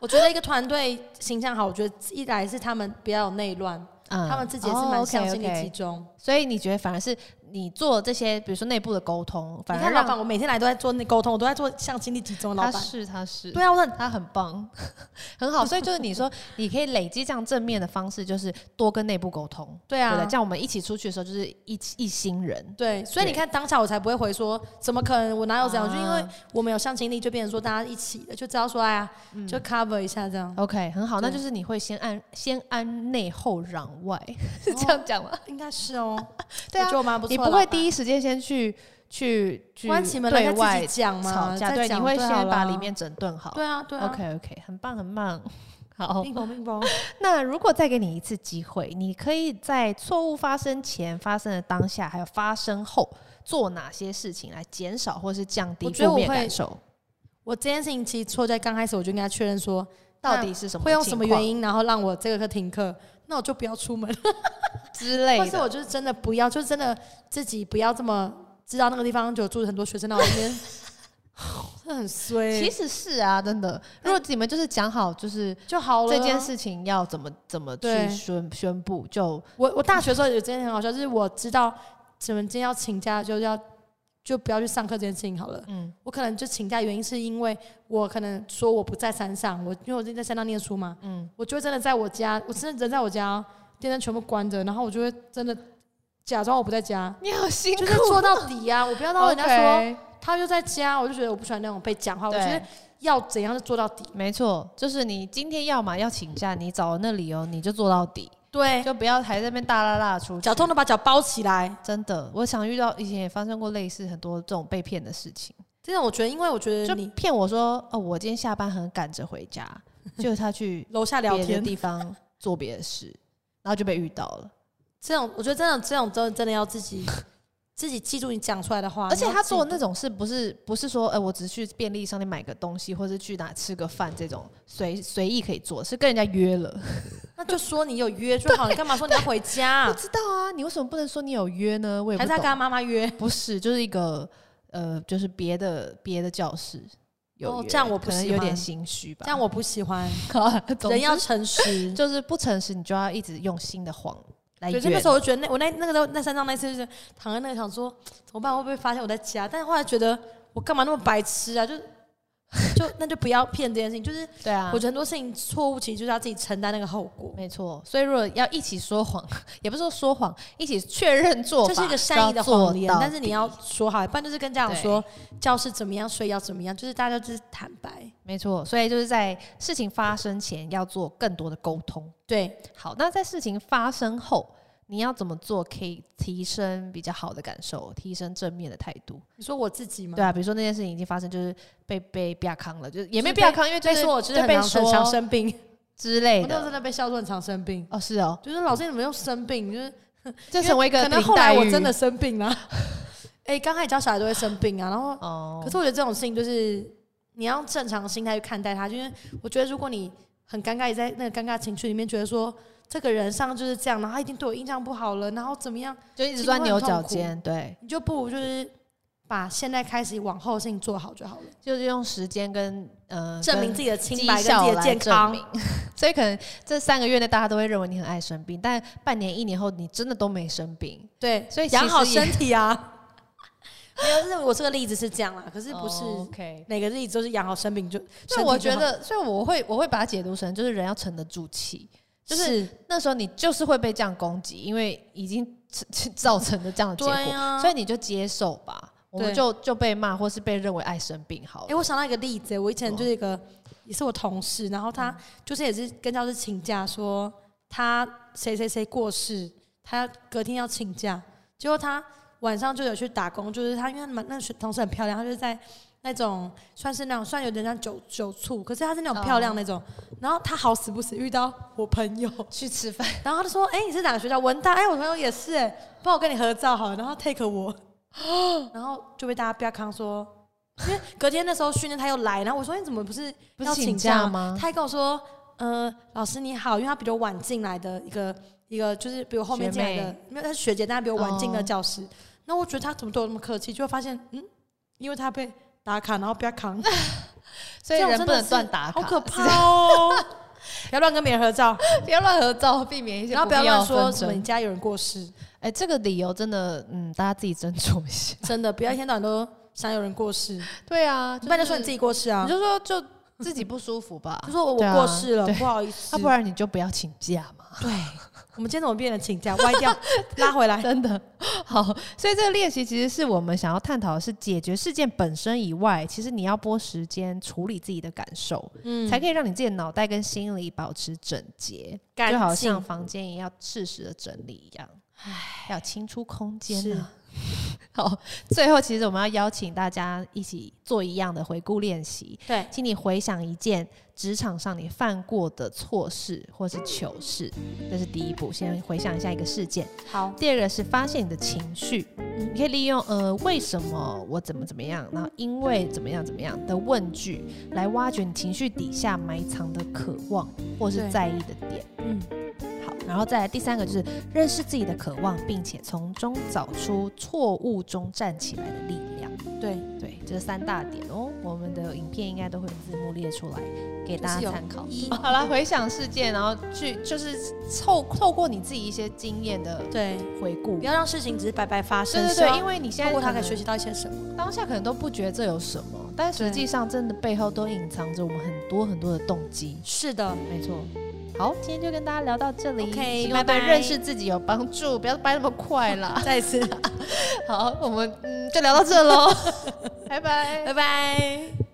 [SPEAKER 2] 我觉得一个团队形象好，我觉得一来是他们比较有内乱，
[SPEAKER 1] 嗯
[SPEAKER 2] 他们自己也是蛮相信
[SPEAKER 1] o
[SPEAKER 2] 力
[SPEAKER 1] k
[SPEAKER 2] 集中。
[SPEAKER 1] 所以你觉得反而是你做这些，比如说内部的沟通，
[SPEAKER 2] 你
[SPEAKER 1] 反而
[SPEAKER 2] 看老
[SPEAKER 1] 让
[SPEAKER 2] 板，我每天来都在做那沟通，我都在做向心力集中。老
[SPEAKER 1] 他
[SPEAKER 2] 板，
[SPEAKER 1] 是他是
[SPEAKER 2] 对啊，我很
[SPEAKER 1] 他很棒， [LAUGHS] 很好。所以就是你
[SPEAKER 2] [LAUGHS]
[SPEAKER 1] 说，你可以累积这样正面的方式，就是多跟内部沟通，
[SPEAKER 2] 对
[SPEAKER 1] 对不
[SPEAKER 2] 啊，
[SPEAKER 1] 对？这样我们一起出去的时候，就是一起一心人。
[SPEAKER 2] 对，所以你
[SPEAKER 1] 对
[SPEAKER 2] 看当下我才不会回说，怎么可能？我哪有这样？
[SPEAKER 1] 啊
[SPEAKER 2] 就因为我们有向心力，就变成说大家一起的，就知道说哎呀，
[SPEAKER 1] 嗯
[SPEAKER 2] 就 cover 一下这样，
[SPEAKER 1] OK，很好，那
[SPEAKER 2] 对
[SPEAKER 1] 就是你会先按先安内后攘外， [LAUGHS] 是这样讲吗？
[SPEAKER 2] 应该是 [LAUGHS] 哦。
[SPEAKER 1] 对啊
[SPEAKER 2] 我觉得我蛮不
[SPEAKER 1] 你
[SPEAKER 2] 错。
[SPEAKER 1] 不会第一时间先去去去
[SPEAKER 2] 老板关起门
[SPEAKER 1] 对
[SPEAKER 2] 来再
[SPEAKER 1] 外
[SPEAKER 2] 自己讲吗？
[SPEAKER 1] 吵架，
[SPEAKER 2] 再
[SPEAKER 1] 对，你
[SPEAKER 2] 讲
[SPEAKER 1] 会
[SPEAKER 2] 就
[SPEAKER 1] 先
[SPEAKER 2] 好
[SPEAKER 1] 把
[SPEAKER 2] 啦
[SPEAKER 1] 里面整顿好。
[SPEAKER 2] [LAUGHS] 对啊对啊。
[SPEAKER 1] OK OK，很棒很棒， [LAUGHS] 好。
[SPEAKER 2] 硬碰硬碰，
[SPEAKER 1] 那如果再给你一次机会，你可以在错误发生前、发生的当下，还有发生后，做哪些事情来减少或是降低
[SPEAKER 2] 我觉得
[SPEAKER 1] 负面
[SPEAKER 2] 我会
[SPEAKER 1] 感受？
[SPEAKER 2] 我这件事情其实错在刚开始，我就应该确认说
[SPEAKER 1] 到底是什么
[SPEAKER 2] 会用什么原
[SPEAKER 1] 因
[SPEAKER 2] 因，然后让我这个课停课，那我就不要出门，
[SPEAKER 1] 之类
[SPEAKER 2] 或是
[SPEAKER 1] 的？
[SPEAKER 2] 我就是真的不要，就是真的自己不要这么知道那个地方就有住很多学生，那我
[SPEAKER 1] [LAUGHS]
[SPEAKER 2] 那边真的很衰、
[SPEAKER 1] 其实是啊，真的。如果你们就是讲好，就是哦
[SPEAKER 2] 就好了啊、
[SPEAKER 1] 这件事情要怎么怎么去
[SPEAKER 2] 对
[SPEAKER 1] 宣宣布，就
[SPEAKER 2] 我我大学的时候有件很好笑，就是我知道什么今天要请假，就是要就不要去上课这件事情好了。
[SPEAKER 1] 嗯
[SPEAKER 2] 我可能就请假原因是因为我可能说我不在山上，我因为我在山上念书嘛，
[SPEAKER 1] 嗯，
[SPEAKER 2] 我就会真的在我家，我真的人在我家哦，电灯全部关着，然后我就会真的假装我不在家，
[SPEAKER 1] 你好辛苦
[SPEAKER 2] 就是做到底啊！我不要让人家 [LAUGHS] 说
[SPEAKER 1] OK
[SPEAKER 2] 他就在家，我就觉得我不喜欢那种被讲话，我
[SPEAKER 1] 对
[SPEAKER 2] 觉得要怎样就做到底。
[SPEAKER 1] 没错，就是你今天要嘛要请假，你找那理由你就做到底，
[SPEAKER 2] 对，
[SPEAKER 1] 就不要还在那边大拉拉出去。
[SPEAKER 2] 哎脚痛的把脚包起来。
[SPEAKER 1] 真的，我想遇到以前也发生过类似很多这种被骗的事情，
[SPEAKER 2] 真的，我觉得，因为我觉
[SPEAKER 1] 就
[SPEAKER 2] 得你
[SPEAKER 1] 骗我说哦，我今天下班很赶着回
[SPEAKER 2] [LAUGHS]
[SPEAKER 1] 家，就是他去
[SPEAKER 2] 楼下聊
[SPEAKER 1] 别的
[SPEAKER 2] 天，
[SPEAKER 1] 地方做别的事，然后就被遇到了。
[SPEAKER 2] 这种我觉得真的这种真的真的要自己 [LAUGHS] 自己记住你讲出来的话。
[SPEAKER 1] 而且
[SPEAKER 2] 然后
[SPEAKER 1] 他
[SPEAKER 2] 自己
[SPEAKER 1] 做的那种事不是不是说，呃，我只是去便利商店买个东西，或是去哪吃个饭这种随随意可以做，是跟人家约
[SPEAKER 2] [LAUGHS]
[SPEAKER 1] 了。
[SPEAKER 2] 那就说你有约就好，你干嘛说你要回家
[SPEAKER 1] 不？
[SPEAKER 2] [LAUGHS]
[SPEAKER 1] 知道啊，你为什么不能说你有约呢？我也
[SPEAKER 2] 还
[SPEAKER 1] 不
[SPEAKER 2] 是他跟
[SPEAKER 1] 懂。
[SPEAKER 2] 他妈妈约？
[SPEAKER 1] 不是，就是一个呃，就是别的别的教室有约、
[SPEAKER 2] 哦这样我不
[SPEAKER 1] 可能
[SPEAKER 2] 喜
[SPEAKER 1] 有
[SPEAKER 2] 欢
[SPEAKER 1] 点心虚吧。[LAUGHS]
[SPEAKER 2] 这样我不喜欢，
[SPEAKER 1] 我总
[SPEAKER 2] [LAUGHS] 人
[SPEAKER 1] 之
[SPEAKER 2] 要诚实。
[SPEAKER 1] 就是不诚实，你就要一直用新的谎来
[SPEAKER 2] 对，
[SPEAKER 1] 圆。
[SPEAKER 2] 所以那时候我就觉得那我那那个时候那三张那次就是躺在那个想说怎么办会不会发现我在家，但是后来觉得我干嘛那么白痴啊，就就那就不要骗这件事情，就是
[SPEAKER 1] 对啊，
[SPEAKER 2] 我觉得很多事情错误其实就是要自己承担那个后果，
[SPEAKER 1] 没错，所以如果要一起说谎，也不是说说谎，一起确认做法，
[SPEAKER 2] 这是一个善意的
[SPEAKER 1] 就要做
[SPEAKER 2] 谎言
[SPEAKER 1] 到，
[SPEAKER 2] 但是你要说好，不然就是跟家长
[SPEAKER 1] 对
[SPEAKER 2] 说教室怎么样，睡要怎么样，就是大家就是坦白，
[SPEAKER 1] 没错，所以就是在事情发生前要做更多的沟通。
[SPEAKER 2] 对，
[SPEAKER 1] 好，那在事情发生后，你要怎么做可以提升比较好的感受，提升正面的态度？
[SPEAKER 2] 你说我自己吗？
[SPEAKER 1] 对啊，比如说那件事情已经发生，就是被被不要康了，就是也没
[SPEAKER 2] 就
[SPEAKER 1] 不
[SPEAKER 2] 是
[SPEAKER 1] 要康，因为就
[SPEAKER 2] 被
[SPEAKER 1] 是
[SPEAKER 2] 说我就是
[SPEAKER 1] 就
[SPEAKER 2] 很
[SPEAKER 1] 被
[SPEAKER 2] 常很常
[SPEAKER 1] 说
[SPEAKER 2] 生病，
[SPEAKER 1] 之类
[SPEAKER 2] [LAUGHS] 我那时候真
[SPEAKER 1] 的。
[SPEAKER 2] 的被笑说很常生病，
[SPEAKER 1] 哦，是哦，
[SPEAKER 2] 就是老师你怎么又生病，就是。
[SPEAKER 1] 就成为一个
[SPEAKER 2] 可能
[SPEAKER 1] 林
[SPEAKER 2] 后来
[SPEAKER 1] 黛
[SPEAKER 2] 我
[SPEAKER 1] 玉
[SPEAKER 2] 真的生病
[SPEAKER 1] [LAUGHS]
[SPEAKER 2] 了。哎，刚开始教小孩都会生病啊，然后
[SPEAKER 1] 哦，
[SPEAKER 2] 可是我觉得这种事情就是你要用正常的心态去看待它，因为我觉得如果你很尴尬，也在那个尴尬情绪里面，觉得说这个人上就是这样，然后他一定对我印象不好了，然后怎么样，
[SPEAKER 1] 就一直
[SPEAKER 2] 其实
[SPEAKER 1] 钻
[SPEAKER 2] 会很
[SPEAKER 1] 牛
[SPEAKER 2] 痛
[SPEAKER 1] 角
[SPEAKER 2] 苦
[SPEAKER 1] 尖，对。
[SPEAKER 2] 你就不如就是把现在开始往后的事情做好就好了，
[SPEAKER 1] 就是用时间跟呃
[SPEAKER 2] [LAUGHS] 证明
[SPEAKER 1] 跟
[SPEAKER 2] 自己的清
[SPEAKER 1] 绩
[SPEAKER 2] 白跟
[SPEAKER 1] 效
[SPEAKER 2] 自己的
[SPEAKER 1] 来
[SPEAKER 2] 健
[SPEAKER 1] 证
[SPEAKER 2] 康
[SPEAKER 1] 明。
[SPEAKER 2] [LAUGHS]
[SPEAKER 1] 所以可能这三个月内大家都会认为你很爱生病，但半年一年后你真的都没生病，
[SPEAKER 2] 对，
[SPEAKER 1] 所以其
[SPEAKER 2] 养好
[SPEAKER 1] 实也
[SPEAKER 2] 身体 [LAUGHS] 啊。没有，就是我这个例子是这样啦，可是不是
[SPEAKER 1] OK。
[SPEAKER 2] 每个例子都是养好生病就。
[SPEAKER 1] 所以我觉得，所以我会我会把它解读成就是人要沉得住气，就是
[SPEAKER 2] 是
[SPEAKER 1] 那时候你就是会被这样攻击，因为已经造成了这样的结
[SPEAKER 2] 对
[SPEAKER 1] 果，
[SPEAKER 2] 啊，
[SPEAKER 1] 所以你就接受吧。我们
[SPEAKER 2] 对
[SPEAKER 1] 就就被骂，或是被认为爱生病好
[SPEAKER 2] 哎、
[SPEAKER 1] 了。
[SPEAKER 2] 我想到一个例子，我以前就是一个也是我同事，然后他就是也是跟教师请假，说他谁谁谁过世，他隔天要请假，结果他晚上就有去打工，就是他因为他们那个同事很漂亮，他就是在。那种算是那种算有点像酒酒醋，可是他是那种漂亮那种。然后他好死不死遇到我朋友，
[SPEAKER 1] 去吃饭，
[SPEAKER 2] 然后他就说：“哎、你是哪个学校？文大？哎、我朋友也是、哎，帮我跟你合照好了。”然后 take 我， [GASPS] 然后就被大家不要康说，因为隔天那时候训练他又来，然后我说：“你怎么不是
[SPEAKER 1] 不是
[SPEAKER 2] 要
[SPEAKER 1] 请
[SPEAKER 2] 假
[SPEAKER 1] 假吗
[SPEAKER 2] 他还跟我说：“呃，老师你好，因为他比较晚进来的一个一个就是比我后面进来
[SPEAKER 1] 学
[SPEAKER 2] 的
[SPEAKER 1] 妹，
[SPEAKER 2] 没有他是学姐，但他比我晚进的
[SPEAKER 1] 哦
[SPEAKER 2] 教室。那我觉得他怎么对我那么客气，就会发现嗯，因为他被打卡，然后不
[SPEAKER 1] [LAUGHS]
[SPEAKER 2] 要扛，
[SPEAKER 1] 所以
[SPEAKER 2] 这种
[SPEAKER 1] 人
[SPEAKER 2] 真
[SPEAKER 1] 不
[SPEAKER 2] 的
[SPEAKER 1] 能
[SPEAKER 2] 是
[SPEAKER 1] 断打卡，
[SPEAKER 2] 好可怕
[SPEAKER 1] [LAUGHS]
[SPEAKER 2] 哦！不要乱跟别人合照，
[SPEAKER 1] 不要乱合照，避免一些
[SPEAKER 2] 然后不要
[SPEAKER 1] 必要
[SPEAKER 2] 乱说
[SPEAKER 1] 纷
[SPEAKER 2] 什么
[SPEAKER 1] 争
[SPEAKER 2] 你家有人过世。”
[SPEAKER 1] 哎、这个理由真的，嗯，大家自己斟酌一下。
[SPEAKER 2] [LAUGHS] 真的不要一天到晚都想有人过世，
[SPEAKER 1] [LAUGHS] 对啊，
[SPEAKER 2] 不然就说你自
[SPEAKER 1] 己，
[SPEAKER 2] 己过世啊
[SPEAKER 1] 你，就说就自己不舒服吧
[SPEAKER 2] [LAUGHS] ，就说我
[SPEAKER 1] 对啊
[SPEAKER 2] 我过世了，
[SPEAKER 1] 对
[SPEAKER 2] 不好意思。
[SPEAKER 1] 啊那、不然你就不要请假嘛，
[SPEAKER 2] 对，我们今天怎么变得请假歪掉，拉回来。
[SPEAKER 1] [LAUGHS] 真的好。所以这个练习其实是我们想要探讨的是解决事件本身以外，其实你要拨时间处理自己的感受，
[SPEAKER 2] 嗯
[SPEAKER 1] 才可以让你自己的脑袋跟心理保持整洁，
[SPEAKER 2] 干
[SPEAKER 1] 就好
[SPEAKER 2] 净
[SPEAKER 1] 像房间也要适时的整理一样，要清出空间、
[SPEAKER 2] 是
[SPEAKER 1] 啊。好，最后其实我们要邀请大家一起做一样的回顾练习，
[SPEAKER 2] 对，
[SPEAKER 1] 请你回想一件职场上你犯过的错事或是糗事，这是第一步，先回想一下一个事件。
[SPEAKER 2] 好，
[SPEAKER 1] 第二个是发现你的情绪，你可以利用呃为什么我怎么怎么样，然后因为怎么样怎么样的问句来挖掘你情绪底下埋藏的渴望或是
[SPEAKER 2] 对
[SPEAKER 1] 在意的点。
[SPEAKER 2] 嗯，
[SPEAKER 1] 好，然后再来第三个就是认识自己的渴望，并且从中找出错误中站起来的力量。
[SPEAKER 2] 对，
[SPEAKER 1] 对，这三大点哦，我们的影片应该都会有字幕列出来给大家参考。
[SPEAKER 2] 一
[SPEAKER 1] 好啦，回想事件，然后去就是透透过你自己一些经验的
[SPEAKER 2] 对，
[SPEAKER 1] 回顾
[SPEAKER 2] 不。要让事情只是白白发生。
[SPEAKER 1] 对对
[SPEAKER 2] 希望
[SPEAKER 1] 对，因为你现
[SPEAKER 2] 透
[SPEAKER 1] 在
[SPEAKER 2] 过他
[SPEAKER 1] 可
[SPEAKER 2] 可以
[SPEAKER 1] 能
[SPEAKER 2] 学习到一些什么。
[SPEAKER 1] 当下可能都不觉得这有什么，但实
[SPEAKER 2] 对
[SPEAKER 1] 际上真的背后都隐藏着我们很多很多的动机。
[SPEAKER 2] 是的，
[SPEAKER 1] 没错。好，今天就跟大家聊到这里
[SPEAKER 2] OK，
[SPEAKER 1] 希望对
[SPEAKER 2] 拜拜
[SPEAKER 1] 认识自己有帮助，不要掰那么快啦。
[SPEAKER 2] 再一 [LAUGHS] 次， [LAUGHS]
[SPEAKER 1] [LAUGHS] 好，我们嗯就聊到这喽，拜拜
[SPEAKER 2] 拜拜。